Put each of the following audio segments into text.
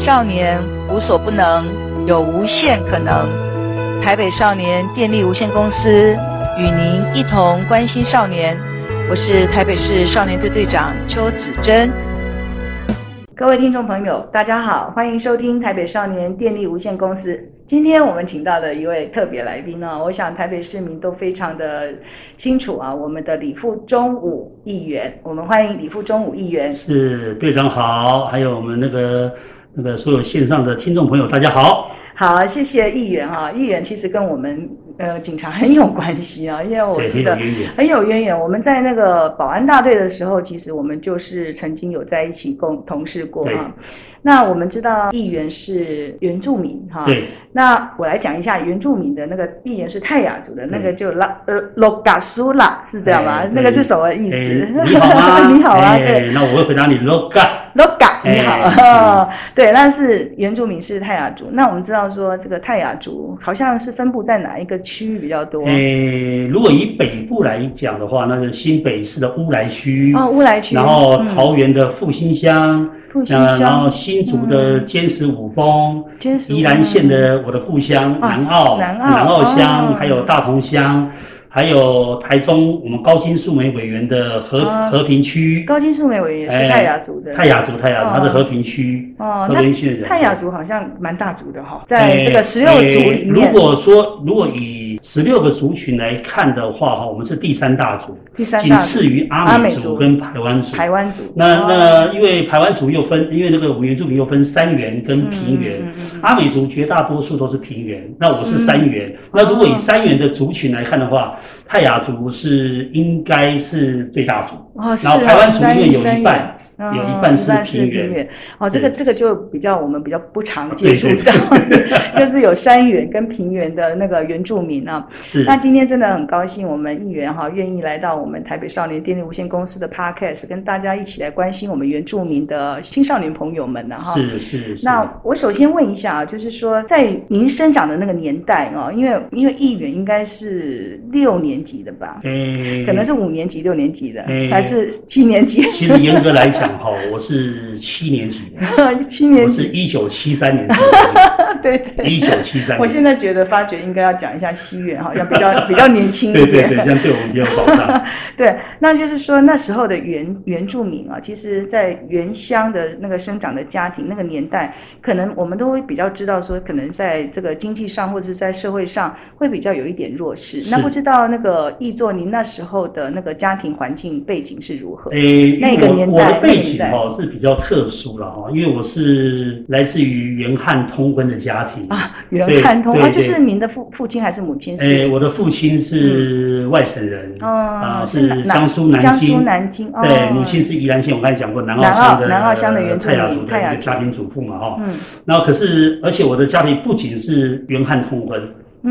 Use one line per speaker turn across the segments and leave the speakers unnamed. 少年无所不能，有无限可能。台北少年电力无限公司与您一同关心少年。我是台北市少年队队长邱子珍。
各位听众朋友，大家好，欢迎收听台北少年电力无限公司。今天我们请到的一位特别来宾呢、我想台北市民都非常的清楚啊，我们的李富中武议员，我们欢迎李富中武议员。
是队长好，还有我们那个那个所有线上的听众朋友，大家好。
好，谢谢议员啊，议员其实跟我们呃警察很有关系 啊，因为我
对，
记
很
得
有渊源。
很有渊源。我们在那个保安大队的时候，其实我们就是曾经有在一起共同事过
对
哈。那我们知道议员是原住民哈，
对，
那我来讲一下原住民的那个议员是泰雅族的那个
对
就拉呃 logasula 是这样吗
哎？
那个是什么意思
哎？你好 啊，
你好啊，
哎
对
那我会回答你 loga。
，loga 你好
哎，
对，那是原住民是泰雅族。那我们知道说这个泰雅族好像是分布在哪一个区域比较多？
哎诶，如果以北部来讲的话，那是新北市的乌来区，
哦，乌来区，
然后
嗯
桃园的复兴乡，
复兴
那然后
乡、嗯
新竹的坚石五峰，
尖石嗯
宜兰县
湾
的我的故乡
啊
南澳，
南澳
南澳乡，
哦
还有大同乡，还有台中我们高金素梅委员的和
啊
和平区，
高金素梅委员是
哎
泰雅族的，
泰雅族泰雅
哦
族，它是和平区，
哦，
和
那
平区的人。
泰雅族好像蛮大族的哈，
哎
在这个十六族里面
哎，如果说如果以十六个族群来看的话，哈，我们是第三大族，
第三
仅
大族
次于阿
阿美
美
族
族跟排湾族。
台湾族。
那
哦
那因为排湾族又分，因为那个我们原住民又分山原跟平原，
嗯嗯嗯嗯
阿美族绝大多数都是平原，那我是
嗯
山原。那如果以
哦
山原的族群来看的话，泰雅族是应该是最大族，
哦，是
然后
哦
台湾族
三
因为有
三
一
元
半，
嗯
有一半是
平
平原
哦，这个
对
这个就比较我们比较不常接触
对
到
对，
就是有山原跟平原的那个原住民啊。
是
那今天真的很高兴，我们议员哈愿意来到我们台北少年电力无限公司的 podcast，跟大家一起来关心我们原住民的青少年朋友们呢啊哈。
是是是。
哦那我首先问一下啊，就是说，在您生长的那个年代哦，因为因为议员应该是六年级的吧，
诶
可能是五年级、六年级的，
哎
还是七年级？
其实严格来讲哈，我是七年级的，
七年
我是
级，
一九七三年生
对
的，
对。
一九七三
我现
年。
在觉得发觉应该要讲一下西元哈，要比 较比较年轻一
对
点。
对对，这样对我们比较有保 障。
对那就是说那时候的原原住民啊，其实，在原乡的那个生长的家庭那个年代，可能我们都会比较知道说，可能在这个经济上或者是在社会上会比较有一点弱势。
是
那不知道那个易作您那时候的那个家庭环境背景是如 何？
诶，因
那
为
个
我
年
我
代
的背景
那个
哈是比较特殊了哈，因为我是来自于原汉通婚的家
哦
庭。
原汉通
对
啊，
对
就是您的父父亲还是母亲
诶，
是？
我的父亲是外省人，啊、
嗯，
是
南
江苏南
江
京
苏。南京，哦
对，母亲是宜兰县，我刚才讲过南澳
南澳
乡的
南澳乡的
呃
原住
泰雅
民
族的
泰雅
一个
族
家庭主妇嘛，哈。
嗯
然后可是，而且我的家庭不仅是原汉通婚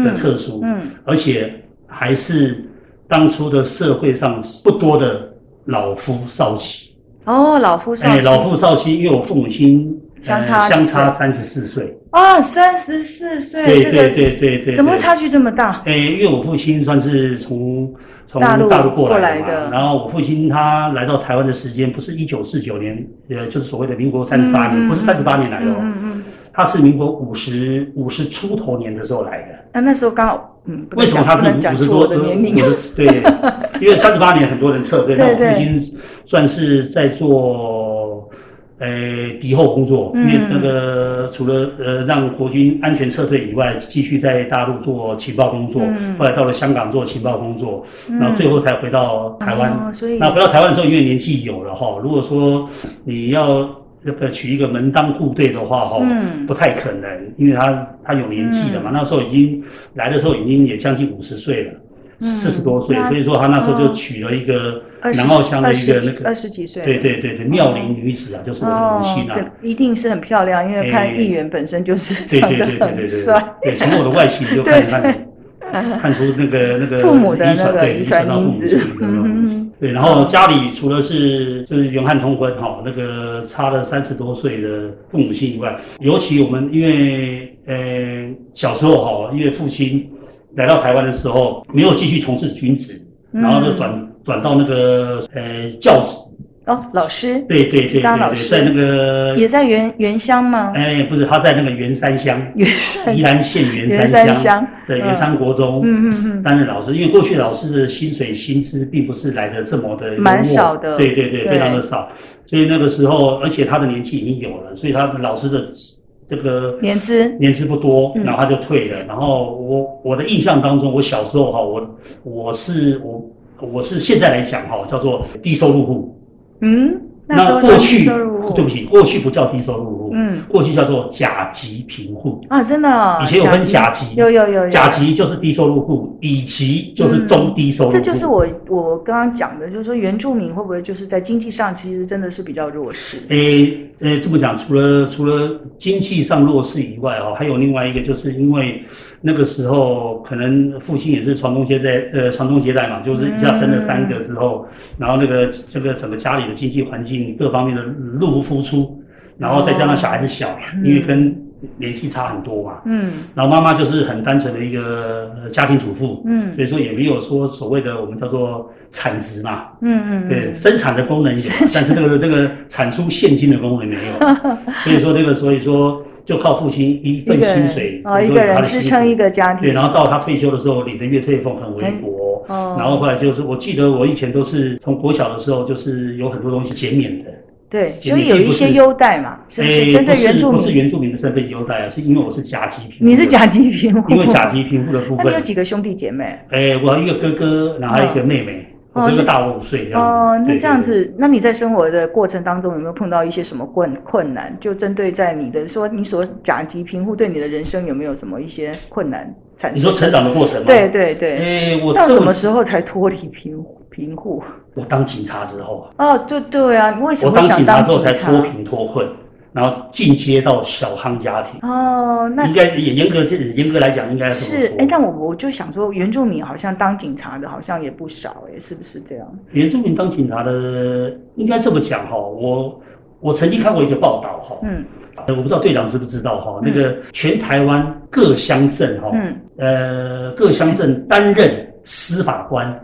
的特殊，
嗯
而且还是当初的社会上不多的老夫少妻。
哦，老夫少妻，
哎老夫少妻，因为我父母亲
相差
相
几岁
差三十四岁，
啊，三十四岁，
对
这
对
个
对对对对，
怎么会差距这么大？
诶、因为我父亲算是从从
大
大
陆
陆过
过
来
来的
嘛，然后我父亲他来到台湾的时间不是一九四九年，呃，就是所谓的民国三十八
嗯
年，不是三十八年来的哦，
嗯嗯，
他是民国五十五十出头年的时候来的。
那那时候刚好，嗯，不能
为什么
讲
他
不能
是呃
讲
五十
出
多
我的年龄？
50对， 因为三十八年很多人撤退，
对
但我
对
父亲算是在做。呃，敌后工作，因
嗯
为那个除了呃让国军安全撤退以外，继续在大陆做情报工作，
嗯
后来到了香港做情报工作，然后最后才回到台湾。
哦所以
那回到台湾的时候，因为年纪有了哈，如果说你要呃娶一个门当户对的话哈，
嗯
不太可能，因为他他有年纪了嘛，那时候已经来的时候已经也将近五十岁了。
嗯
四十多岁
那，
所以说他那时候
哦
就娶了一个
二十
南澳乡的一个
二十
那
二
个，
十几岁，
对。对对对，妙龄女子啊，就是我的母
哦
亲，啊，
对，一定是很漂亮，因为看
哎
议员本身就是
对
长
对
得
对对对
很
对
帅
对，，对从我的外形 就看看看出那个那个
父母的
呃
那
遗传
个
对
遗传
到父
因
母
子
亲的，那种
嗯嗯
对，然后家里除了是就是原汉通婚哈，那个差了三十多岁的父母亲以外，尤其我们因为呃小时候哈，因为父亲来到台湾的时
嗯
候没有继续从事军职，然后就转转到那个呃教职，
哦，老师
对对对对
当老
对，
师
在那个
也在原原乡吗？
哎不是他在那个圆山乡，
原山
宜兰县
原
圆
山
山乡
乡，
对
嗯
圆山国中，
嗯嗯嗯，
担任老师，因为过去老师的薪水薪资并不是来的这么的幽默
蛮少的
对对对，
对
非常的少。所以那个时候，而且他的年纪已经有了，所以他的老师的这个
年资
年资不多，
嗯
然后他就退了。然后我我的印象当中，我小时候哈，我我是我我是现在来讲哈，叫做低收入户。
嗯，那时候
过
是
去
收入户
对不起，过去不叫低收入户，
嗯
过去叫做甲级贫户。
啊，真的哦，
以前有分甲级，
有有有有
甲级就是低收入户，乙级就是中低收入
嗯
户。
这就是我我刚刚讲的，就是说原住民会不会就是在经济上其实真的是比较弱势？
诶呃，这么讲，除了除了经济上弱势以外哦，还有另外一个，就是因为那个时候可能父亲也是传宗接代，呃，传宗接代嘛，就是一下生了三个之后，然后那个这个整个家里的经济环境各方面的入不敷出，然后再加上小孩子小，因为跟年纪差很多嘛，
嗯
然后妈妈就是很单纯的一个呃家庭主妇，
嗯
所以说也没有说所谓的我们叫做产值嘛，
嗯嗯，
对，
嗯
生产的功能有，但是那个那个产出现金的功能 没有，所以说那个所以说就靠父亲一份
一个
薪
人
水，
哦，一
就
个
是他
人
的
支
薪
撑
水
一个家庭，
对，然后到他退休的时候领的月退俸很微薄，
哦，
然后后来就是我记得我以前都是从国小的时候就是有很多东西减免的，
对，
其实
所以
你
有
并
一
不
些
是
优待嘛，是不是？
诶
针对
不是
原住
不是
民，
原住民的身份优待啊，是因为我是甲级贫，
你是，甲级贫户，
因为甲级贫户的部
哦那你有
分，
几个兄弟姐妹？
哎，我有一个哥哥，然后还有一个妹妹，
哦
我哥
那
哥大我五岁这样子，
哦，那
对
这样。
对对
子，那你在生活的过程当中有没有碰到一些什么困困难？就针对在你的说你所甲级贫户对你的人生有没有什么一些困难产
你
生
说？成长的过程吗？
对对对，
哎、我
到
这
什
么
么时候才脱离贫户贫户？
我当警察之后啊，
哦，对对啊，你为什
我
么
当
想
警察
当
之后才
警察？
脱贫脱困，然后进阶到小康家庭。
哦，那
应该也严格这严格来讲，应该
是
这
哎
么，说。
但我我就想说，原住民好像当警察的，好像也不少哎，是不是这样？
原住民当警察的，应该这么讲哈、我我曾经看过一个报道哈、
嗯
呃我不知道队长知不知道哈、
嗯
那个全台湾各乡镇哈、
嗯
呃，各乡镇担任司法官、
嗯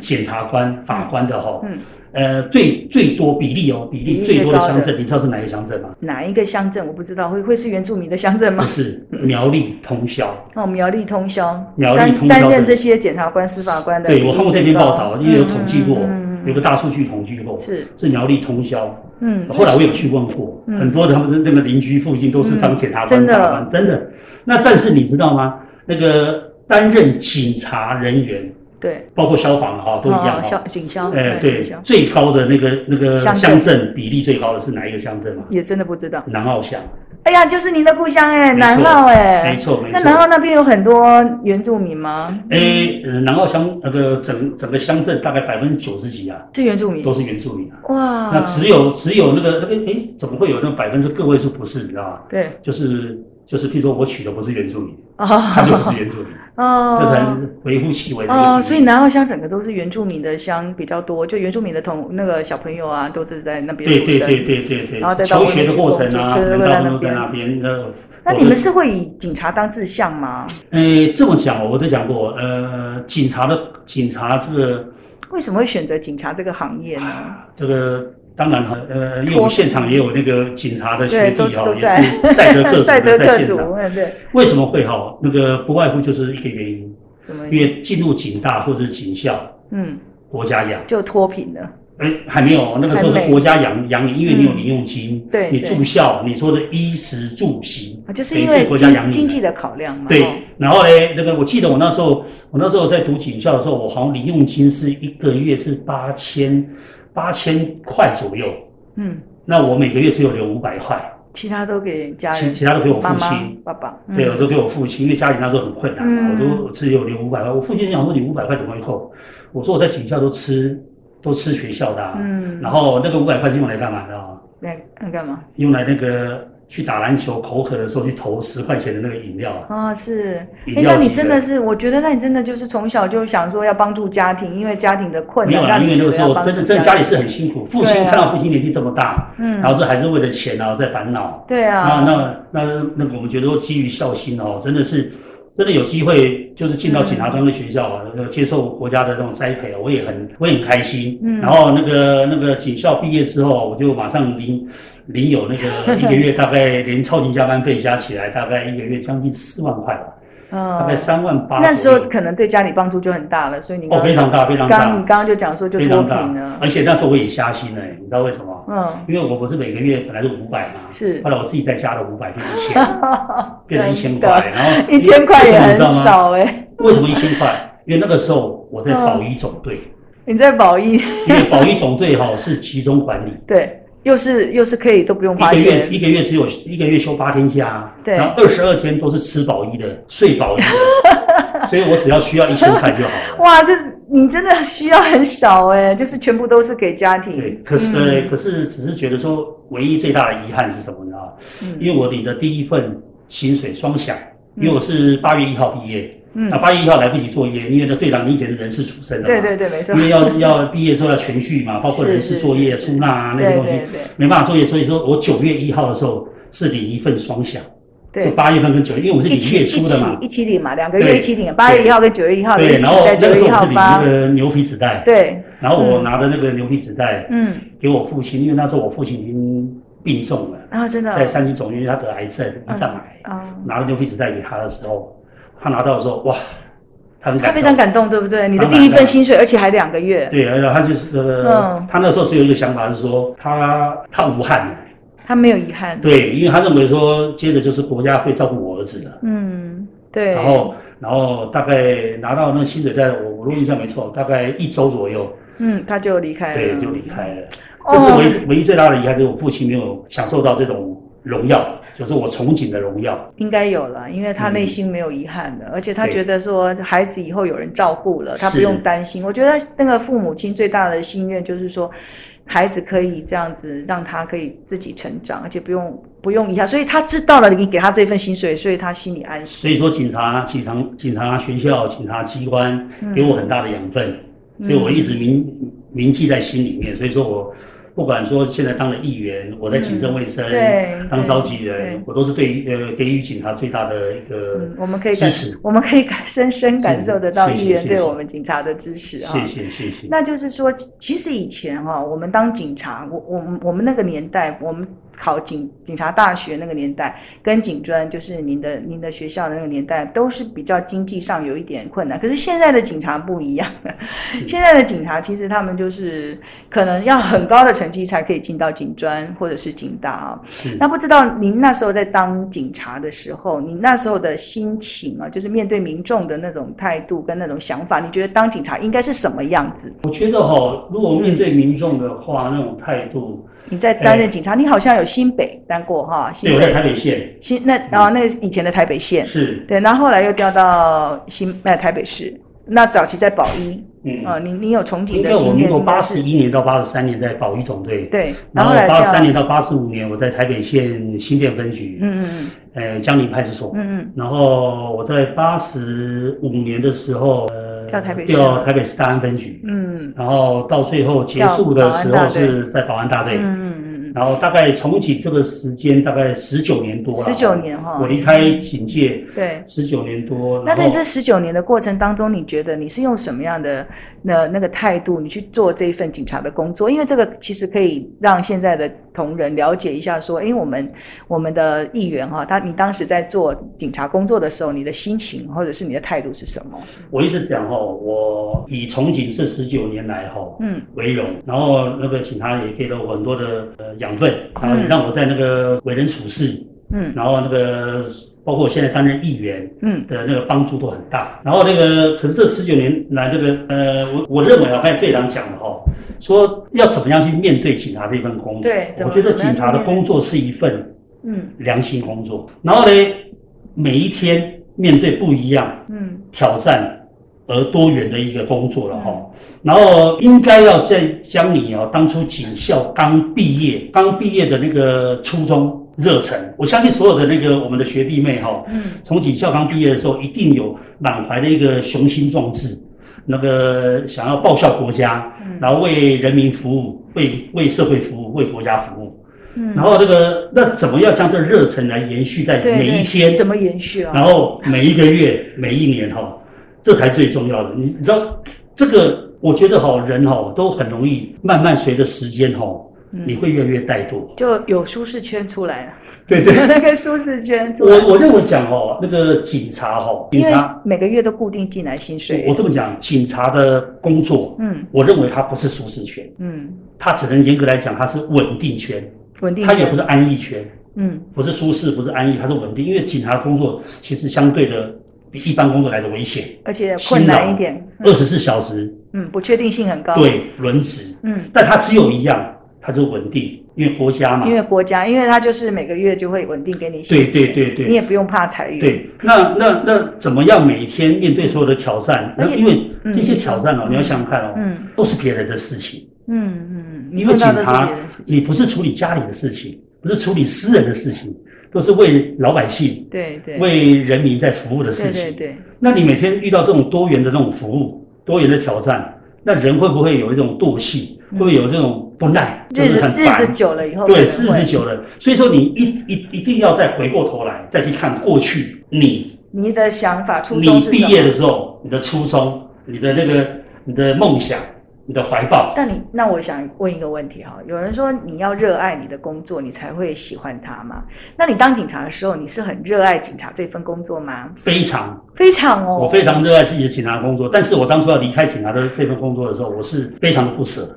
检察官、法官的哈、
嗯，
呃，最最多比例哦，比
比
例
例
最多
最
的
高
乡
的
镇，你知道是哪个乡镇吗？
哪一个乡镇我不知道，会会是原住民的乡镇
不
吗？
是苗栗通宵。
哦，苗栗通宵，
苗栗通宵
担担任
的
这些检察官、司法官的比例
对
最高，
我看过这篇报道，因为有统计过
嗯嗯嗯嗯，嗯
有个大数据统计过，
是，
是苗栗通宵。
嗯，
后来我有去问过，
嗯
很多他们的那个邻居附近都是当检察官、
嗯真的
法官，真的。那但是你知道吗？那个担任警察人员，
对，
包括消防哈，都一样
哦
哈。
消警消，
哎，
对，
对
警，消
最高的那个那个
乡镇
乡镇比例最高的是哪一个乡镇吗？
也真的不知道。
南澳乡，
哎呀，就是您的故乡哎，
没错
南澳哎，
没错没
那
错。
南澳那边有很多原住民吗？
哎，呃南澳乡那个整整个乡镇大概百分之九十几啊，
是原住民
都是原住民啊。
哇，
那只有只有那个那个诶，怎么会有那百分之个位数不是？你知道吗？
对
就是就是，譬如说我娶的不是原住 民，
哦，
他就不是原住民，那才
哦
微乎其微的一个比
哦，
例
所以南澳乡整个都是原住民的乡比较多，就原住民的同那个小朋友啊，都是在那边
对
出
对
生。
对对对对，
然后再到
求学的过程啊，
我们
人
就就
到都
在
在
那
那边呃，
那
我
你
的
们是会以警察当志向吗？
诶这么讲，我都讲过，呃，警察的警察这个
为什么会选择警察这个行业呢？
这个。当然哈，呃，因为
托
我们现场也有那个警察的学
对，都
弟哈，
都
也
在
是赛 德克族
赛
的
德
在
克
现
族
场。，
嗯对，
为什么会哈？那个不外乎就是一个原因，
怎么
因为进入警大或者是警校，
嗯，
国家养，
就脱贫了，
哎、还没有，那个时候
还
是
没
国家养养你，因为
嗯
你有零用金，
对
你
对
住校，你说的衣食住行，
啊就是
等于
因为
国家养
经经
你的
济的考量嘛。
对
哦，
然后呢，那个我记得我那时候，我那时候在读警校的时候，我好像零用金是一个月是八千八千块左右，
嗯，
那我每个月只有留五百块，
其他都给家
其
人，
其他都给我父
妈妈
亲。、
爸爸，嗯
对，我都给我父亲，因为家里那时候很困难嘛，
嗯
我都我只有留五百块。我父亲想说你五百块怎么会够？我说我在警校都吃都吃学校的、啊，
嗯，
然后那个五百块是用来干嘛的、啊？
那那干嘛？
用来那个去打篮球口渴的时候去投十块钱的那个饮料啊。
啊、是，哎
饮，
那
料
你
级
真
的
的是，我觉得那你真的就是从小就想说要帮助家庭，因为家庭的困
没有
难
啦，
让
因
你觉得
为那个时
要
候
帮
真
助
的真的
家
家
庭
里是很辛苦，父
对
亲
啊
看到父亲年纪这么大，
嗯
然后这还是为了钱然后在烦恼。
对啊，
那那那那个我们觉得说基于孝心哦，真的是真的有机会就是进到警察专科学校啊，那个接受国家的那种栽培啊，我也很我也很开心。
嗯
然后那个那个警校毕业之后啊，我就马上领领有那个一 个月大概连超勤加班费加起来，大概一个月将近四万块吧，大
嗯
概，三万八。
那时候可能对家里帮助就很大了，所以你刚
哦，非常大，非常
刚你
大，
刚刚就讲说就
非
脱
常大
贫了，，
而且那时候我也瞎心了、你知道为什么？
嗯，
因为我不是每个月本来是五百嘛，
是
后来我自己再加了五百，变成 一
真的
千，变成一千块，然后
一千块也很
为什么你知道吗
少哎。
为什么一千块？因为那个时候我在保
嗯
一总队，
你在保益，
因为保一总队哈是集中管理，
对，又是又是可以都不 用花
一个月
钱，
一个月只有一个月休八天假，
对
然后二十二天都是吃保一的，睡保一 的，所以我只要需要一千块就好了。
哇，这你真的需要很少哎，就是全部都是给家庭。
对，可是、
嗯
可是只是觉得说，唯一最大的遗憾是什么呢？
嗯
因为我领的第一份薪水双享，因为我是八月一号毕业，
嗯
那八月一号来不及作业，因为那队长你以前是人事出身的
对
嘛，
对对，没错
因，为要 要毕业之后要全序嘛，包括人
是
事
是
作业、
是是
出纳啊那
对
些东西，
对对
没办法作业，所以说我九月一号的时候是领一份双享，就
对。
八月份跟九月，因为我们是
一
领
起
月
一
初的
起
嘛，
一起领嘛，两个月
对
一起领，八月一号跟九月一号
对，
一
然
起
后
在
那
九
个
月
时
一
候我
号
是领
发
那，个牛皮纸袋，
对，
然后我拿的那个牛皮纸袋
嗯，
给我父亲，因为那时候我父亲已经病重了，
然后啊真的
在三军总医院他得癌症，胰脏癌，
啊，
拿了牛皮纸袋给他的时候，他拿到的时候，哇，他很感
他
动，
非常感动，对不对？你的
当然
第一份
了
薪水，而且还两个月，
对，然后他就是呃，
嗯
他那时候只有一个想法是说，他他无憾了。
他没有遗憾。
对，因为他认为说，接着就是国家会照顾我儿子的。
嗯，对。
然后，然后大概拿到那个薪水袋，我我如果印象没错，大概一周左右，
嗯，他就离开了，
对，就离开了。
哦
这是唯唯一最大的遗憾，就是我父亲没有享受到这种荣耀，就是我憧憬的荣耀。
应该有了，因为他
嗯
内心没有遗憾的，而且他
对
觉得说孩子以后有人照顾了，他不
是
用担心。我觉得那个父母亲最大的心愿就是说，孩子可以这样子让他可以自己成长，而且不用不用遗憾。所以他知道了你给他这份薪水，所以他心里安心。
所以说，警察、警察、警察学校、警察机关
嗯
给我很大的养分，所以我一直铭铭记在心里面。所以说我不管说现在当了议员，我在警政卫生、
嗯对
当召集
对
人，我都是对呃给予警察最大的一个、
嗯，我们可以
支
感
持，。
我们可以感深深感受得到
是是
议员
是
对
是
我们警察的支持啊。
谢谢谢谢。
那就是说，其其实以前哈、我们当警察，我我们我们那个年代，我们考警警察大学那个年代，跟警专就是您的您的学校的那个年代，都是比较经济上有一点困难。可是现在的警察不一样，现在的警察其实他们就是可能要很高的成绩才可以进到警专或者是警大啊、
是
那不知道您那时候在当警察的时候，你那时候的心情啊，就是面对民众的那种态度跟那种想法，你觉得当警察应该是什么样子？
我觉得哈、如果面对民众的话，那种态度，
你在担任警察，你好像有新北当过哈，
哎对，
新
我在
北
台北县
新那啊、那以前的台北县，
是，
对，然后后来又调到新呃台北市，那早期在保一
嗯，
啊、你你有憧憬
应
的
该我
经
民
验
国
应该
八
是
十一年到八十三年在保育总队，
对，然
然
后
后
后来
八十
调
三年到八十五年，我在台北县新店分局，
嗯嗯
呃，江宁派出所。
嗯
然后我在八十五年的时候，呃，
调台北市
调台北市大安分局，
嗯嗯
然后到最后结束的时
调保安大
候
队
是在保安大队。
嗯嗯
然后大概重启这个时间大概十九年多
嗯，
了，
十九年哈，
我离开警界
对。
十九年多，
那
然后
在这十九年的过程当中，你觉得你是用什么样的那那个态度，你去做这一份警察的工作？因为这个其实可以让现在的同仁了解一下，说，因为我们我们的议员哈、他你当时在做警察工作的时候，你的心情或者是你的态度是什么？
我一直讲哦，我以从警这十九年来哈、
嗯
为荣，然后那个警察也给了我很多的呃养分，然后也
嗯
让我在那个为人处事，
嗯
然后那个包括我现在担任议员，
嗯
的那个帮助都很大。然后那个，可是这十九年来，这个呃，我我认为啊，刚才队长讲的哈，说要怎么样去面对警察这份工作。
对怎么
我觉得警察的工作是一份
嗯
良心工作。然后呢，每一天面对不一样
嗯
挑战。而多元的一个工作了哈、
嗯
然后应该要再将你哦当初警校刚毕业、刚毕业的那个初衷、热忱，我相信所有的那个我们的学弟妹哈、
嗯
从警校刚毕业的时候，一定有满怀的一个雄心壮志，那个想要报效国家，
嗯
然后为人民服务，为为社会服务，为国家服务。
嗯
然后这个那怎么样将这热忱来延续在
对
每
对
一天，
怎么延续啊？
然后每一个月、 每一年哈、这才最重要的。你你知道这个，我觉得哈、人哈、都很容易慢慢随着时间哈、你会越来越怠惰。
嗯就有舒适圈出来了，啊
对对，
那个舒适圈出来，
我我认为讲哦，那个警察哈、警
因为
察，
每个月都固定进来薪水啊
我我，这么讲，警察的工作，
嗯
我认为它不是舒适圈，
嗯，
它只能严格来讲，它是稳定圈，
稳定
它
圈，
也不是安逸圈，
嗯，
不是舒适，不是安逸，它是稳定。因为警察的工作其实相对的比一般工作来的危险，
而且困难一点，
二十四小时
嗯，不确定性很高，，
对轮值，
嗯，
但它只有一样，它就稳定，因为国家嘛
因。为国家，因为它就是每个月就会稳定给你薪
对
水，
对对
你也
对
不用怕裁员，，
对，那那那怎么样每天面对所有的挑战？
而
那
且
因为
嗯
这些挑战哦，你要想想看哦，
嗯
都是别人的事情。
嗯嗯，
因为
碰
警
到的是
察
别人的事，情
你不是处理家里的事情，不是处理私人的事情，都是为老百姓、
对对，
为人民在服务的事
对
情。
对对，
那你每天遇到这种多元的那种服务、多元的挑战，那人会不会有一种惰性？会不会有这种不耐？就
日
是
子
很
日
烦
子。久了以后可能
对，
会，
四十久了，所以说你一一一定要再回过头来，再去看过去你
你的想法初衷
你
是
毕
什
业
么？
的时候，你的初衷、你的那个、你的梦想、你的怀抱，
那你那我想问一个问题哈，有人说你要热爱你的工作，你才会喜欢它嘛？那你当警察的时候，你是很热爱警察这份工作吗？
非常
非常哦，
我非常热爱自己的警察工作，但是我当初要离开警察的这份工作的时候，我是非常的不舍，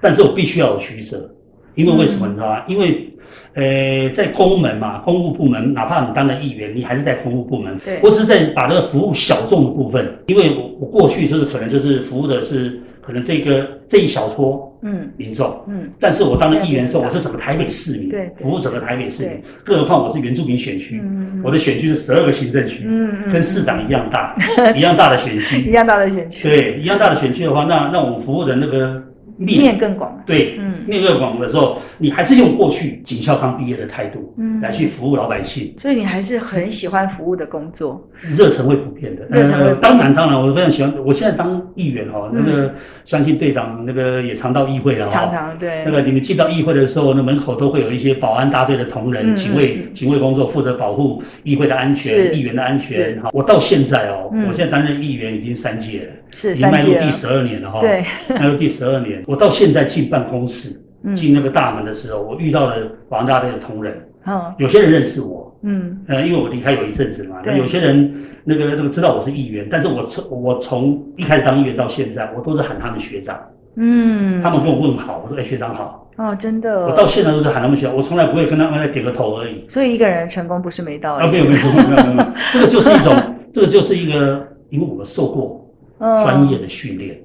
但是我必须要有取舍，因为为什么你知道吗？
嗯
因为，呃，在公门嘛，公务部门，哪怕你当了议员，你还是在公务部门。
对
我只是在把这个服务小众的部分，因为我我过去就是可能就是服务的是可能这个这一小撮
嗯
民众。
嗯
但是我当了议员之后，我是整个台北市民
对对，
服务整个台北市民
对。
更何况我是原住民选区，
嗯
我的选区是十二个行政区。
嗯嗯，
跟市长一样大， 一样大的选
一
区，
样大的选区，，
对，一样大的选区的话，那那我们服务的那个面，
面更广了，
对，
嗯
面更广的时候，你还是用过去警校刚毕业的态度
嗯
来去服务老百姓，
所以你还是很喜欢服务的工作，
热忱会不变的。呃
热忱会不变
当然，当然，我非常喜欢，我现在当议员哈，那个相信队长那个也常到议会了哈，
常常对
哦那，个你们进到议会的时候，那门口都会有一些保安大队的同仁、
嗯
警卫
嗯、
警卫工作，负责保护议会的安
是
全、议员的安
是
全。哈我到现在哦
嗯，
我现在担任议员已经三届了，
是
已经
三
迈入
届了
第，十二年了哈。
对，
迈入第十二 年，我到现在进办公室、
嗯
进那个大门的时候，我遇到了保安大队的同仁，
嗯
有些人认识我。
嗯
呃，因为我离开有一阵子嘛，那
对
有些人那个那个知道我是议员，但是我从我从一开始当议员到现在，我都是喊他们学长，
嗯，
他们跟我问好，我说哎、学长好，
哦，真的，
我到现在都是喊他们学长，我从来不会跟他们再点个头而已。
所以一个人成功不是没道
啊，
理，
没有没有没有没有 没有，这个就是一种，这个就是一个，因为我们受过
嗯
专业的训练，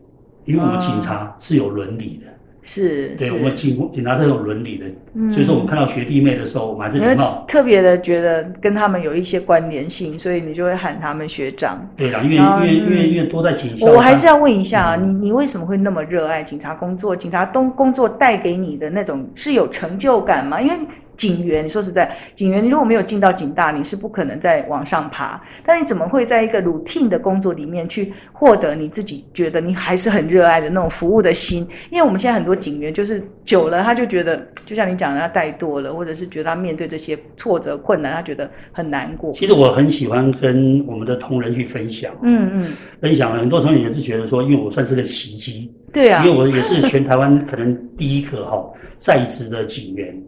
因为我们警
哦
察是有伦理的，
是，
对
是
我们警警察是有伦理的，
嗯
所以说我们看到学弟妹的时候，我们还是
你
礼
会
貌。
特别的觉得跟他们有一些关联性，所以你就会喊他们学长。
对啦，因为
啊
因为因为
嗯
因为多在警校，
我我还是要问一下啊，你
嗯
你为什么会那么热爱警察工作？警察东工作带给你的那种是有成就感吗？因为警员，说实在，警员如果没有进到警大，你是不可能再往上爬。但你怎么会在一个 routine 的工作里面去获得你自己觉得你还是很热爱的那种服务的心？因为我们现在很多警员就是久了，他就觉得，就像你讲的，他怠惰了，或者是觉得他面对这些挫折困难，他觉得很难过。
其实我很喜欢跟我们的同仁去分享，
嗯嗯，
分享很多同仁也是觉得说，因为我算是个奇迹，
对啊
因为，我也是全台湾可能第一个哈、在职的警员，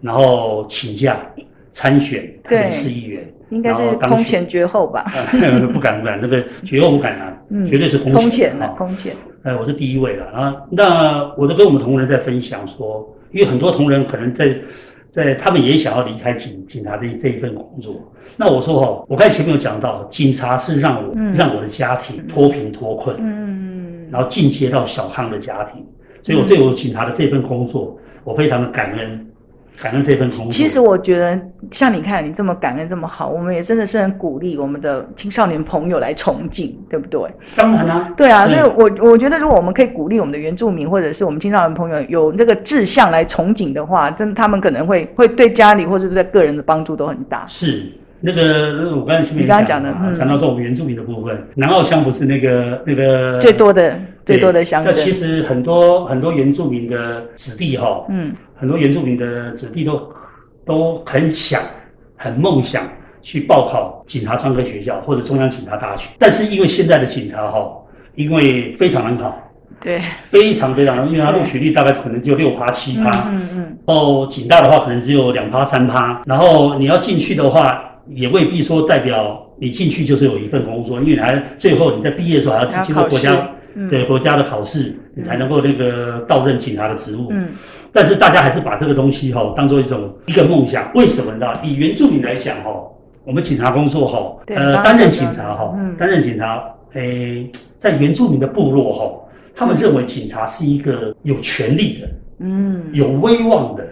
然后请假参选台北市议员，
应该是
然后当
空
选
前绝后吧。
呃不敢不敢，那个绝对不敢啊，
嗯
绝对是空
空
前
前
啊
了，空前，
呃，我是第一位了啊。那我都跟我们同仁在分享说，因为很多同仁可能在在他们也想要离开警警察这一这一份工作。那我说哦，我刚才前面有讲到，警察是让我、
嗯
让我的家庭脱贫脱困，
嗯，
然后进阶到小康的家庭，所以我对我警察的这份工作，我非常的感恩，感恩这份工作。
其实我觉得，像你看你这么感恩这么好，我们也真的是很鼓励我们的青少年朋友来崇敬，对不对？
当然啦、
对啊，所以
对
我我觉得，如果我们可以鼓励我们的原住民或者是我们青少年朋友有这个志向来崇敬的话，真的他们可能会会对家里或者是在个人的帮助都很大。
是那个，那个我刚才前面
你刚刚
也
讲
讲
的
嘛
嗯
讲到说我们原住民的部分，南澳乡不是那个那个
最多的
呃对
最多的乡
那其
镇，
实很多很多原住民的子弟哈、
嗯，
很多原住民的子弟都都很想、很梦想去报考警察专科学校或者中央警察大学，但是因为现在的警察哈、因为非常难考，
对，
非常非常难，因为他录取率大概可能只有六趴七
嗯
趴，
嗯嗯，
然后警大的话可能只有两趴三趴，然后你要进去的话，也未必说代表你进去就是有一份工作，因为你还最后你在毕业的时候还要
还
经
要
过
考
国
试
家。
嗯
对国家的考试，你才能够那个到任警察的职务。
嗯
但是大家还是把这个东西哈、当做一种一个梦想。为什么呢？以原住民来讲哈、我们警察工作哈、
对刚
呃，
刚
担任
讲
警
到
察哈、
嗯
担任警察，诶、在原住民的部落哈、他们认为警察是一个有权力的、
嗯
有威望的，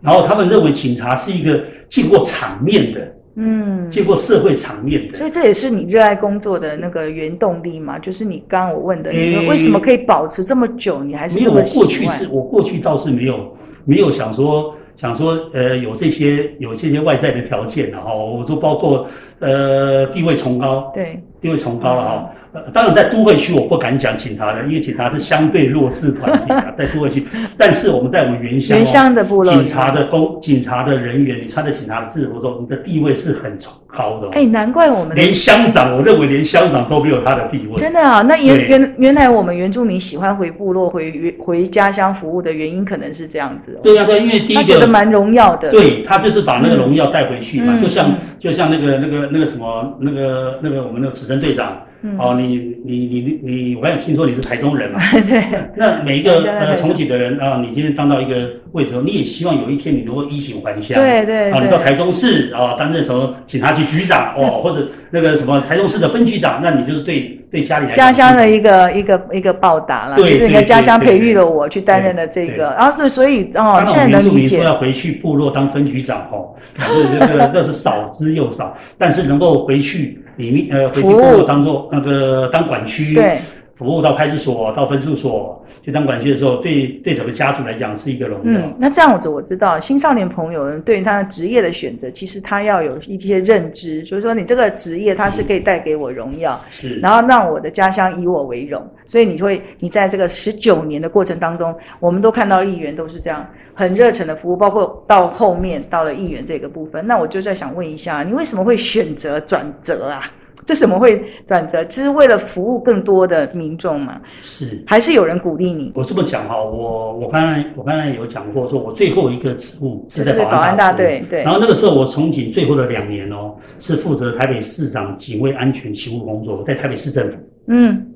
然后他们认为警察是一个见过场面的、
嗯，
见过社会场面
所
的。
以这也是你热爱工作的那个原动力嘛，就是你刚刚我问的，你
诶
说为什么可以保持这么久，你还是
没有，
这
我
么喜
过去
欢
是？我过去倒是没有没有想说想说呃有这些有这些外在的条件然后我说包括呃地位崇高，
对，
地位崇高了哈、
嗯
呃当然在都会区我不敢讲警察的，因为警察是相对弱势团体啊，在都会区，但是我们在我们原乡、
原
哦。
乡的部落
警
里
察的工，警察的人员，你穿着警察制服之后，你的地位是很崇高的、哦。
哎，难怪我们的
连乡长，我认为连乡长都没有他的地位。
真的啊，那
对
原原原来我们原住民喜欢回部落、回原回家乡服务的原因，可能是这样子、哦。
对啊呀、对呀、因为第一
他
个
觉得蛮荣耀的。，
对他就是把那个荣耀带回去嘛，
嗯
就像
嗯
就像那个那个那个什么那个那个我们那个指针队长，
嗯
哦，你你你你你，我刚才听说你是台中人嘛，
嗯对，
那每一个
我家在
呃
台中
重启的人啊，你今天当到一个位置后，哦你也希望有一天你能够衣锦还乡，
对对
啊，你
对
到台中市啊担任什么警察局局长哦，或者那个什么台中市的分局长，那你就是对对家里来讲
家乡的一个一个一个报答啦，就
对
是你的
对
家乡
对对
培育了我去担任了这
对
个，然后所以所以哦
当，
现在
然，原住
能理
民说
解。
要回去部落当分局长哦，可是这个那是少之又少，但是能够回去里面呃回去
服务
部落当做那个当管区，
对，
服务到派出所到分驻所去当管区的时候，对对整个家族来讲是一个荣耀
嗯。，那这样子我知道，青少年朋友对于他的职业的选择，其实他要有一些认知，就是说你这个职业它是可以带给我荣耀，
是，
然后让我的家乡以我为荣。所以你会，你在这个十九年的过程当中，我们都看到议员都是这样很热忱的服务，包括到后面到了议员这个部分。那我就在想问一下，你为什么会选择转折啊？这怎么会转折？这是为了服务更多的民众吗？
是。
还是有人鼓励你？
我这么讲哈，我我刚才我刚才有讲过，说我最后一个职务是在
就是
保安大
保安大队对
然后那个时候我从警最后的两年哦，是负责台北市长警卫安全勤务工作，在台北市政府，
嗯，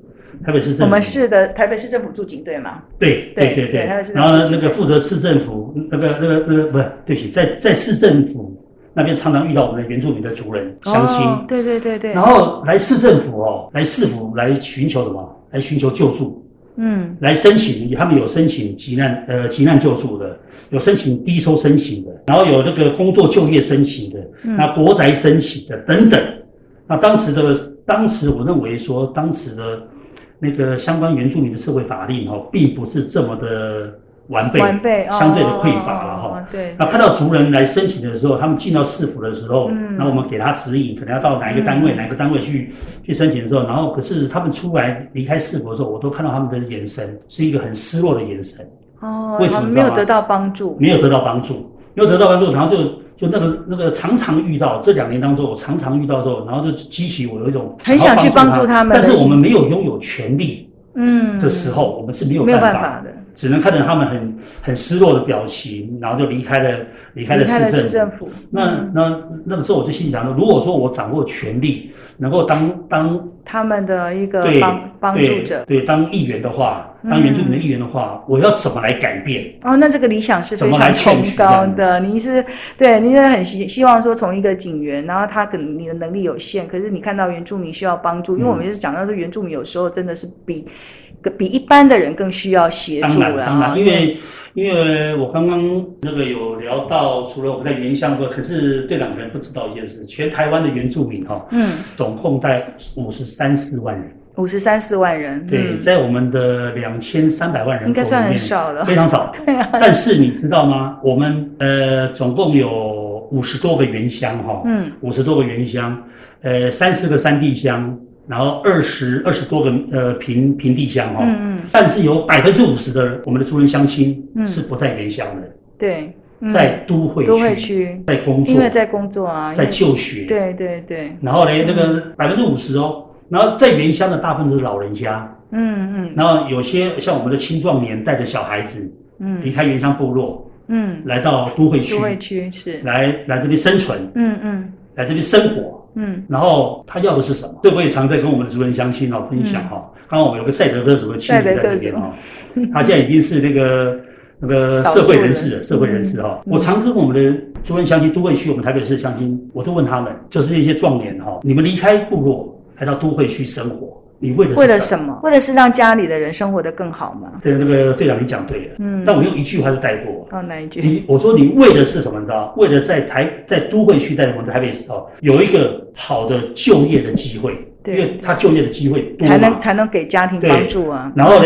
台北市政府。
我们市的台北市政府驻警队嘛，
对
对
对对
对他
对
是，
然后呢
在，
那个负责市政府，那个那个那个不是，对不起，在在市政府那边常常遇到我们的原住民的族人相亲，
哦对对对对，
然后来市政府哦，来市府来寻求什么？来寻求救助，
嗯
来申请，他们有申请急难呃急难救助的，有申请低收申请的，然后有那个工作就业申请的，
嗯
那国宅申请的等等。那当时的当时我认为说，当时的那个相关原住民的社会法令哦，并不是这么的完备，
完备，哦
相对的匮乏了哈、
哦哦对，
那看到族人来申请的时候，他们进到市府的时候，
嗯
然后我们给他指引，可能要到哪一个单位、哪一个单位去去申请的时候，然后可是他们出来离开市府的时候，我都看到他们的眼神是一个很失落的眼神，
哦，
为什么
他们
你知
没
道
有
吗
得到帮助？
没有得到帮助，没有得到帮助，然后就就那个那个常常遇到这两年当中，我常常遇到之后，然后就激起我有一种
很想去帮助他们
但是我们没有拥有权利
嗯，
的时候，我们是没有
没有
办
办
法
法的。
只能看着他们很很失落的表情，然后就离开了离开
离
了
开了市
市政
政
府。
府。
那
嗯
那那个时候我就心里想说，如果说我掌握权力，能够当当
他们的一个
对
帮帮助
对
者
对当议员的话，当原住民的议员的话，我要怎么来改变？
哦，那这个理想是非
怎么
常
来
崇
劝取这
高
样子
的。你是对，你是很希希望说从一个警员，然后他可能你的能力有限，可是你看到原住民需要帮助，因为
嗯
我们就是讲到说原住民有时候真的是比比一般的人更需要协
当
助
然
了
当
啊，
然，因为因为我刚刚那个有聊到，除了我们在原乡的，可是队长可能不知道一件事，全台湾的原住民哈、哦，
嗯，
总共在五十三四万人，
五十三四万人，
对，
嗯
在我们的两千三百万人口
应该算
里
很
面
少了。啊
非常少。但是你知道吗？我们呃，总共有五十多个原乡哈，
嗯，
五十多个原乡，呃，三十个山地乡，然后二十二十多个呃平平地乡哈，
嗯嗯，
但是有百分之五十的我们的族人乡亲
嗯
是不在原乡的，
对，嗯
在都会区，
都会区，
在工作
因，为在工作啊，
在
因为
就学，，
对嗯对对，
然后呢，那个百分之五十哦，然后在原乡的大部分都是老人家，
嗯嗯
然后有些像我们的青壮年带着小孩子离
嗯
开原乡部落，
嗯，
来到都会区
都，会区是，
来来这边生存，
嗯嗯
来这边生活。
嗯
然后他要的是什么？这我也常在跟我们的族人乡亲哦分享
嗯
哦。刚刚我们有个赛德克族的青年在这边哦，他现在已经是那个那个社会人士了，
少
社
数人
会人士哦。
嗯
我常跟我们的族人乡亲、都会区、我们台北市的乡亲，我都问他们，就是那些壮年哈、哦，你们离开部落来到都会区生活，你为的是
为了
什
什
么？
么？为了是让家里的人生活得更好嘛。
对，那个队长你讲对了，
嗯，
但我用一句话就带过。
哦哪一句？
你我说你为的是什么？你知道吗？为了在台在都会区，在我们台北市哦，有一个好的就业的机会，因
对
为他就业的机会多
才能
嘛。
才能给家庭
对
帮助啊。
然后呢，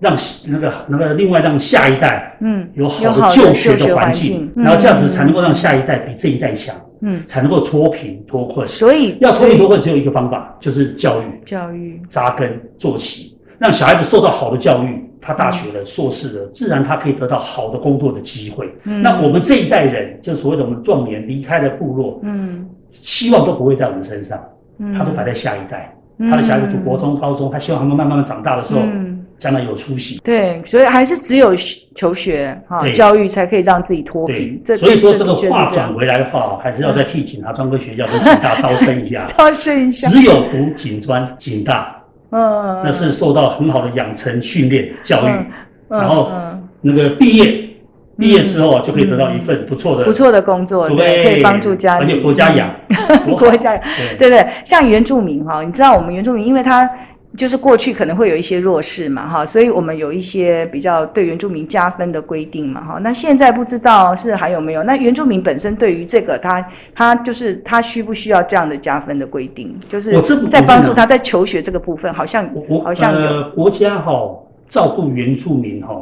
让那个那个另外让下一代
嗯，
有
有
好
好的
的就学
就学
的
环
环
境
境，
嗯
然后这样子才能够让下一代比这一代强，
嗯，
才能够脱贫脱困。
所以
要脱
所
贫脱
以
困只有一个方法，就是教育。
教育，
扎根做起，让小孩子受到好的教育，他大学了、硕士了，自然他可以得到好的工作的机会。
嗯
那我们这一代人，就所谓的我们壮年离开了部落，
嗯
希望都不会在我们身上，
嗯，
他都摆在下一代。他的小孩子读国中、高中，他希望他们慢慢的长大的时候，
嗯，
将来有出息。
对，所以还是只有求学哈
对
教育才可以让自己脱
对
贫。这，
所以说这
这
个
的确是
话
这
转
样。。
回来的话，还是要再替警察专科学校跟警大招生一下
招生一下，
只有读警专、警大，
嗯，
那是受到很好的养成、训练、教育
嗯，嗯
然后
嗯
那个毕业，毕业之后啊，就可以得到一份不错的，
不错的工作，对，
对，
可以帮助家
而
里，
且国家养，多好
国家养
对
对对，像原住民哈，你知道我们原住民，因为他就是过去可能会有一些弱势嘛哈，所以我们有一些比较对原住民加分的规定嘛哈。那现在不知道是还有没有？那原住民本身对于这个他他就是他需不需要这样的加分的规定？就是
我这不啊
在帮助
我不知道
他在求学这个部分，好像
我我
好像有
呃，国家哈照顾原住民哈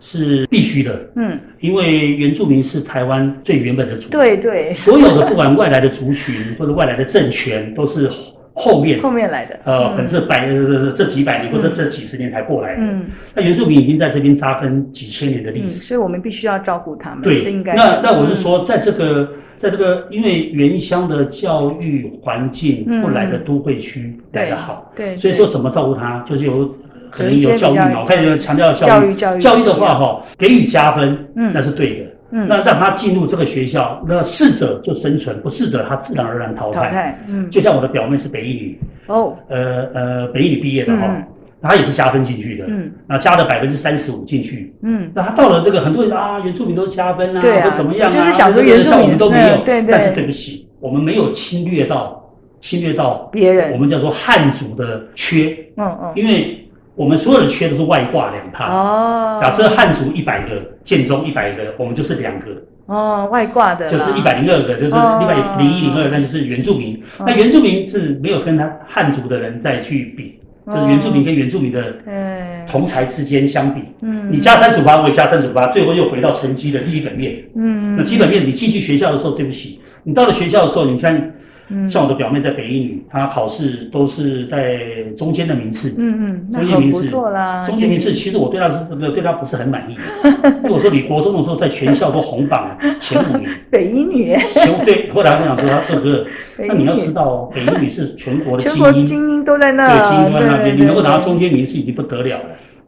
是必须的，
嗯，
因为原住民是台湾最原本的族，，
对对，
所有的不管外来的族群或者外来的政权，都是后面
后面来的
呃，可能
嗯
这百呃这几百年或者这几十年才过来的，
嗯
那原住民已经在这边扎根几千年的
嗯，
历史
所以。我们必须要照顾他们，嗯是
对，
应该
那
的
那我是
嗯
说，在这个在这个，因为原乡的教育环境
嗯
不来的都会区来得好，
对对
所以说怎么照顾它，就是有可
有
能
一些
有教育
比较
嘛，我看有强调
教
教
育
育，
教育
教育的话哈，给予加分，
嗯
那是对的。
嗯
那让他进入这个学校，那适者就生存，不适者他自然而然淘
淘
汰。
汰，嗯
就像我的表妹是北一女，
哦
呃呃，北一女毕业的哈
嗯，
她也是加分进去的，
嗯
那加了百分之三十五进去，
嗯
那他到了这个很多人啊，原住民都加分啊，
对啊
或怎么样啊？
就是想说原住民
像我们都没有
嗯，对对
但是对不起，我们没有侵略到侵略到
别人
我们叫做汉族的缺，
嗯嗯
因为我们所有的缺都是外挂两趴。
哦，
假设汉族一百个，建中一百个，我们就是两个，
哦，外挂的啦，
就是一百零二个，就是
哦
另外零一零二，那就是原住民。那原住民是没有跟他汉族的人再去比，
哦
就是原住民跟原住民的
嗯
同才之间相比，
嗯
你加三十八，我也加三十八，最后又回到成绩的基本面。
嗯
那基本面你进去学校的时候，对不起，你到了学校的时候，你看，
嗯
像我的表妹在北一女，她考试都是在中间的名次，
嗯嗯，那
中间
很
名
不
次
错啦，
中间名次其实我对她是对她不是很 满意，因为我说你国中的时候在全校都红榜前五名，
北一女，
前五对，后来我想说她二 哥，
北一女
那你要知道哦，北一女是全国的
全
精
国
英，
精英都在那
对
儿，
精英都在
对
那
嗯
边，你能够拿到中间名次已经不得了了。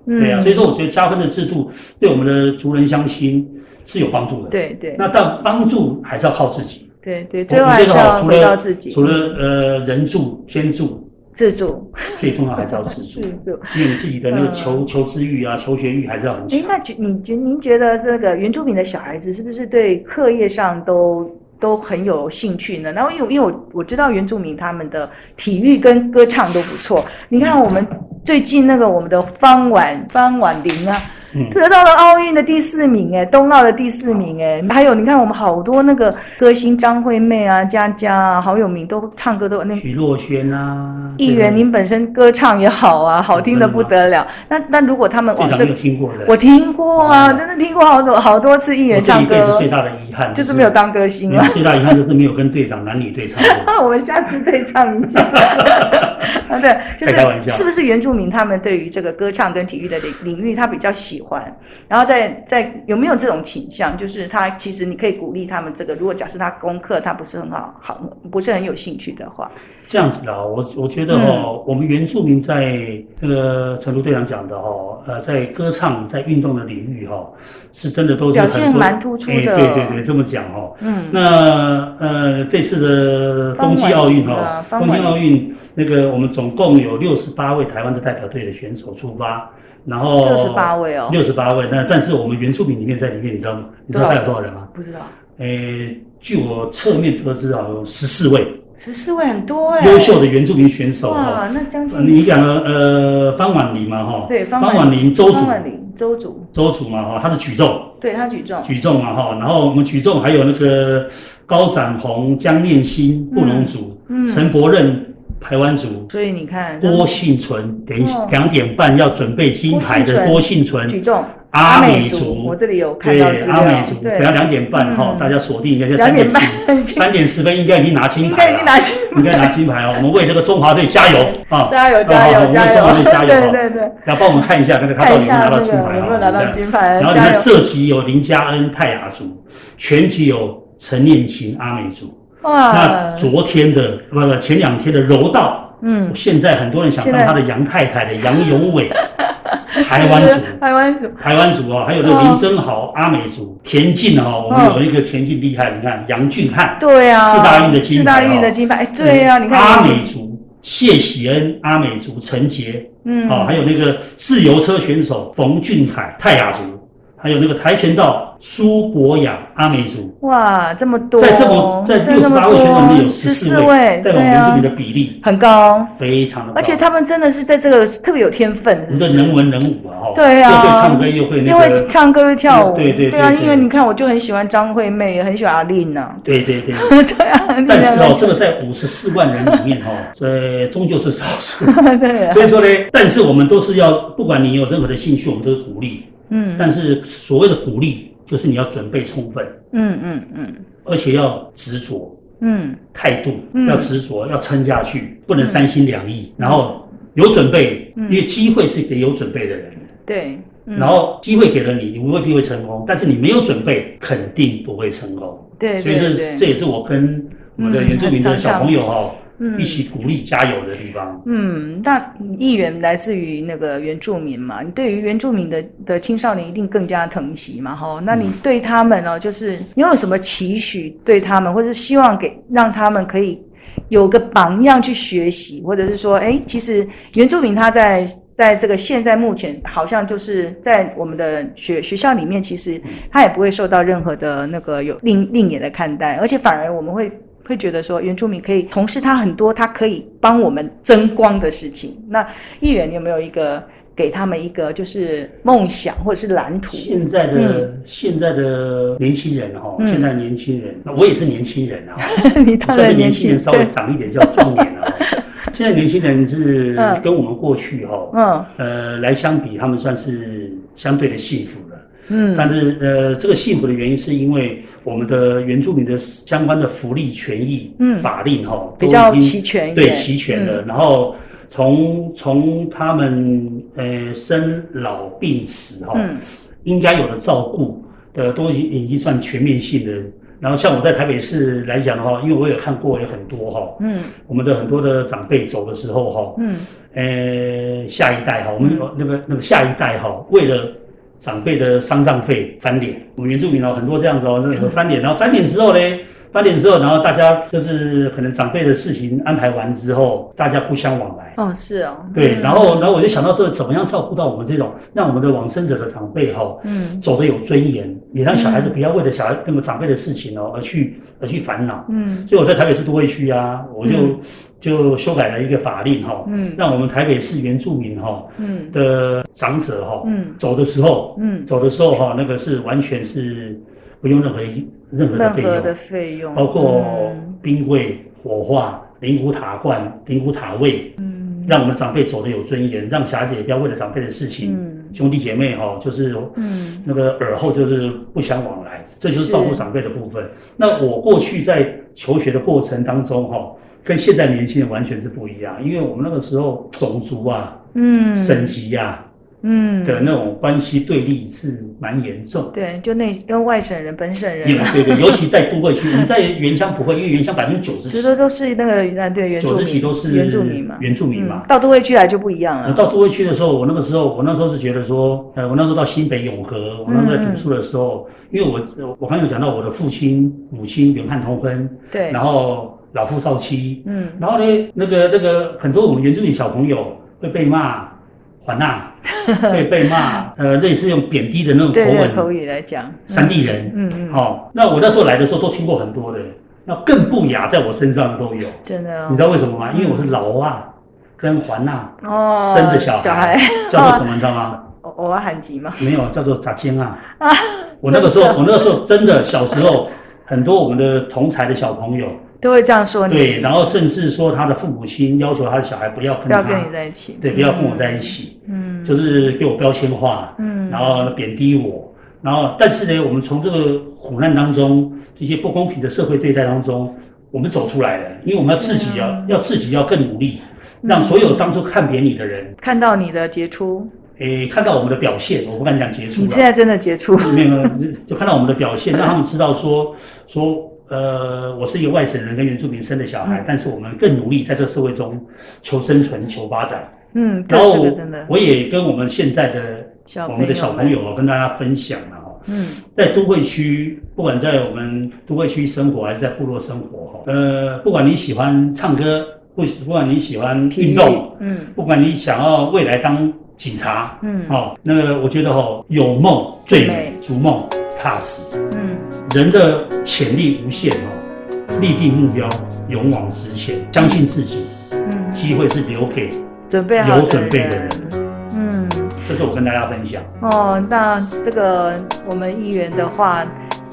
对啊，所以说我觉得加分的制度对我们的族人乡亲是有帮助的。，
对对
那但帮助还是要靠自己。
对对，最
我
后
们
还
这
是
个
要
好，除
回到
了
自己，
除了呃人助天助，
自主
最重要还是要自 助
自，主。
因为你自己的那个
嗯
求求知欲啊、求学欲还是要很强
哎，。那觉你觉您觉得这个原住民的小孩子是不是对课业上都都很有兴趣呢？然后因为因为我我知道原住民他们的体育跟歌唱都不错，你看我们最近那个我们的方婉方婉玲啊，
嗯
得到了奥运的第四名，哎，冬奥的第四名，哎，还有你看我们好多那个歌星张惠妹啊、佳佳啊，好有名，都唱歌都那
许若瑄啊，
议员，您本身歌唱也好啊，好听的不得了。那那如果他们往
队
这
长
个
有，听过的，
我听过啊，
哦
真的听过好多好多次议
我
员
这
唱
一辈子
歌
最，大的遗憾
就是没有啊当歌星
你
了。
最大遗憾就是没有跟队长男女对唱 过。
我们下次对唱一下。 啊，对，就
开玩
是
笑
是不是原住民他们对于这个歌唱跟体育的领领域他比较喜欢，然后在在有没有这种倾向？就是他其实你可以鼓励他们这个，如果假设他功课他不是很好，好不是很有兴趣的话，
这样子的啊，我我觉得
嗯
哦，我们原住民在这个陈如队长讲的哦，呃，在歌唱、在运动的领域哈、哦，是真的都是
表
很
现
多
蛮突出
哎
的
对对对，这么讲哦。
嗯，
那呃，这次的冬季奥运哦，
方
冬
文啊方文
季奥运那个我们总共有六十八位台湾的代表队的选手出发，然后
六十八位哦，
六十八位，那但是我们原住民里面在里面，你知道吗？你知道
多
他
少
有多少人吗？
不知道
诶，据我侧面得知啊，有十四位
十四位很多哎、
优秀的原住民选手哈。
哇，那将近
呃你讲了呃方婉玲嘛哈，
对方
方婉玲周
方
主
万林周主，
周主嘛哈，她是举重
对他举重，
举重嘛哈，然后我们举重还有那个高展宏、江念欣、布农族、
嗯，
陈柏任、台湾族。
所以你看
郭幸存等
哦
两点半要准备金牌的郭
郭
幸存，
举重
阿美
族，
族
我，这里有看
对
到资料，
阿美族，等下
对，
两点半哈
嗯，
大家锁定一下，现在
两
三
点
点十
半
三啊点十分应该已经拿金
应
牌
该已
了
经。拿下。
应该拿金牌哦！我们为这个中华队加油啊！
加油
哦
加
好
油
好
加
我
油！
们中华队加油
对
哦
对对，
来帮我们看一下那个他
看
到
一
底有没有
下
拿到
那
金
个
牌啊
有没有拿到金牌
然后，你
加油！
看射击有林佳恩泰雅族，拳击有陈念琴阿美族。那
哇，
昨天的不不前两天的柔道，
嗯，
现在很多人想
现在
当他的杨太太的杨永伟，台湾族。
台湾组，
台湾族啊，还有那个林真豪、阿美族、田径啊，我们有一个田径厉害，你看杨俊翰，
对啊，
四大运的金牌
四大运
哦
的金牌，哎，对啊，你看
阿美族谢喜恩、阿美族陈杰，
嗯，
哦，还有那个自由车选手冯俊凯、泰雅族，还有那个跆拳道苏博雅、阿美族，
哇，这么多，
在这么在
真的哦那
六十
么
八位选手里面有
多
十
14
四位，代表
对
原住
啊
民，的比例
很高，
非常的高，
而且他们真的是在这个特别有天分，
我
是
们
不
这
是？
能文能武啊，哦，
对啊
又会唱歌又会
因
那
为
个，
唱歌又跳舞，
嗯对对
对啊，
对对
因为你看，我就很喜欢张惠妹，也很喜欢阿令 呐，
对对对。
对啊，
但是哦，这个在五十四万人里面哦， 呃，终究是少 数。
对啊，
所以说呢，但是我们都是要，不管你有任何的兴趣，我们都是鼓励。
嗯
但是所谓的鼓励，就是你要准备充分，
嗯嗯嗯
而且要执着
嗯，
态度
嗯，
要执着，要撑下去，不能三心两意。然后有准备，因为机会是给有准备的人。
对，嗯
然后机会给了你，你未必会成功，但是你没有准备，肯定不会成功。
对
所以
对
这
对，
是这也是我跟我们的原住民的小朋友哦，
嗯
一起鼓励加油的地方。
嗯，那议员来自于那个原住民嘛，你对于原住民的的青少年一定更加疼惜嘛，哈。那
嗯
你对他们哦，就是你有什么期许对他们，或者希望给让他们可以有个榜样去学习，或者是说，哎，其实原住民他在在这个现在目前好像就是在我们的学学校里面，其实他也不会受到任何的那个有另另眼的看待，而且反而我们会会觉得说，原住民可以从事他很多他可以帮我们争光的事情。那议员你有没有一个给他们一个就是梦想或者是蓝图？
现在的现在的年轻人哈，
嗯
现在年轻人，那我也是年轻人 啊，
你
我
当
再
然
跟年轻
轻
人稍微
对，
长一点叫壮年啊。 现在年轻人是
嗯
跟我们过去哈，
嗯
呃，来相比，他们算是相对的幸福了。
嗯
但是呃，这个幸福的原因是因为我们的原住民的相关的福利权益、
嗯
法令哈，都
比较
已经
齐全一点
对齐全了。然后从从他们呃生老病死哈，
嗯
应该有的照顾，呃，都已已经算全面性的。然后像我在台北市来讲的话，因为我也看过有很多哈，
嗯
我们的很多的长辈走的时候哈，
嗯
呃，下一代哈，我们有那个那个下一代哈，为了长辈的丧葬费翻脸，我们原住民哦很多这样子哦，那个翻脸，然后翻脸之后呢，八点之后，然后大家就是可能长辈的事情安排完之后，大家不相往来。
哦，是哦，
对，
嗯
然后，然后我就想到这怎么样照顾到我们这种，让我们的往生者的长辈哈、
嗯
走得有尊严，也让小孩子不要为了小孩那个长辈的事情哦而去而去烦恼。
嗯
所以我在台北市都会区啊，我就、
嗯
就修改了一个法令哈、
嗯
让我们台北市原住民哈、
嗯
的长者哈、
嗯
走的时候，
嗯，
走的时候哈、那个是完全是不用任何一任何的
任
费
何的
用，
费用，
包括
嗯
冰柜、火化、灵骨塔罐、灵骨塔位，
嗯
让我们长辈走得有尊严，让小孩子也不要为了长辈的事情，
嗯
兄弟姐妹哈、就是
嗯
那个耳后就是不相往来，这就是
是
照顾长辈的部分。那我过去在求学的过程当中哈、跟现在年轻人完全是不一样，因为我们那个时候种族啊、
嗯，
省级啊
嗯
的那种关系对立是蛮严重。
对，就内跟外省人、本省
也
人啊，
对对，尤其在都会区，我们在原乡不会，因为原乡百分之九十
其
几
实都是那个啊，对原住
九十
民
几都是
原住民嘛，
原住民
嗯
嘛。嗯
到都会区来就不一样
我
了。
到都会区的时候，我那个时候，我那时候是觉得说，呃，我那时候到新北永和，我那时候在读书的时候，因为我我刚才有讲到我的父亲、母亲原汉通婚，
对，
然后老父少妻，
嗯，
然后呢，那个那个很多我们原住民小朋友会被骂还呐，会被骂，呃，类似用贬低的那种口
对对，
吻，
口语来讲，
山地人，
嗯嗯嗯，
哦，那我那时候来的时候都听过很多的，那更不雅在我身上的都有，
真的哦
你知道为什么吗？因为我是老啊跟环呐、
哦，
生的小孩，
小孩，哦
叫做什么你知道吗？
偶偶尔喊急嘛，
没有，叫做杂经啊。我那个时候，我那个时候真的小时候，很多我们的同才的小朋友，
都会这样说你，
对，然后甚至说他的父母亲要求他的小孩不要跟
不要跟
他
你，在一起，
对，不要跟我在一起，
嗯，嗯，
就是给我标签化，
嗯，
然后贬低我，然后但是呢，我们从这个苦难当中，这些不公平的社会对待当中，我们走出来了，因为我们要自己要、
嗯
要自己要更努力，让所有当初看扁你的人，
看到你的杰出，
诶、看到我们的表现，我不敢讲杰出
你现
了，
在真的杰出，
没有没有就就看到我们的表现，让他们知道说说。呃，我是一个外省人跟原住民生的小孩，
嗯
但是我们更努力在这社会中求生存、求发展。
嗯，这
然后
这个真的，
我也跟我们现在的
小
我们的小朋
朋
友
友嗯
哦跟大家分享了哈，
们，
在都会区，不管在我们都会区生活还是在部落生活哈，呃，不管你喜欢唱歌，不不管你喜欢
嗯，
运动，
嗯
不管你想要未来当警察，
嗯
哦，那个我觉得哦，有梦最美
美，
逐梦踏实，
嗯，
人的潜力无限哦，立定目标，勇往直前，相信自己，
嗯，
机会是留给，
准备好
有准备的人
嗯。
这是我跟大家分享。
哦，那这个我们议员的话，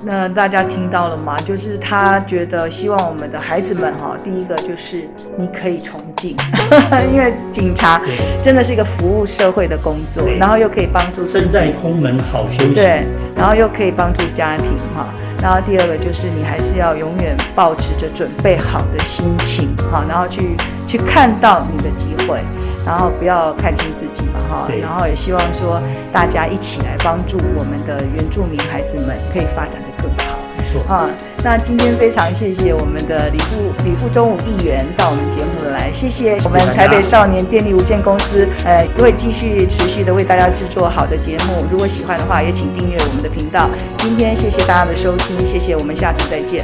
那大家听到了吗？就是他觉得希望我们的孩子们哈、第一个就是你可以从警， 因为警察
对，
真的是一个服务社会的工作
对，
然后又可以帮助自
身
己，
在空门好休息。
对，然后又可以帮助家庭哈、然后第二个就是你还是要永远保持着准备好的心情哈、然后去去看到你的机会，然后不要看清自己嘛哈、
对
然后也希望说大家一起来帮助我们的原住民孩子们可以发展得更好。
没错。
啊，那今天非常谢谢我们的李副李副中午议员到我们节目来，谢谢我们台北少年电力无限公司，呃，会继续持续的为大家制作好的节目。如果喜欢的话，也请订阅我们的频道。今天谢谢大家的收听，谢谢，我们下次再见。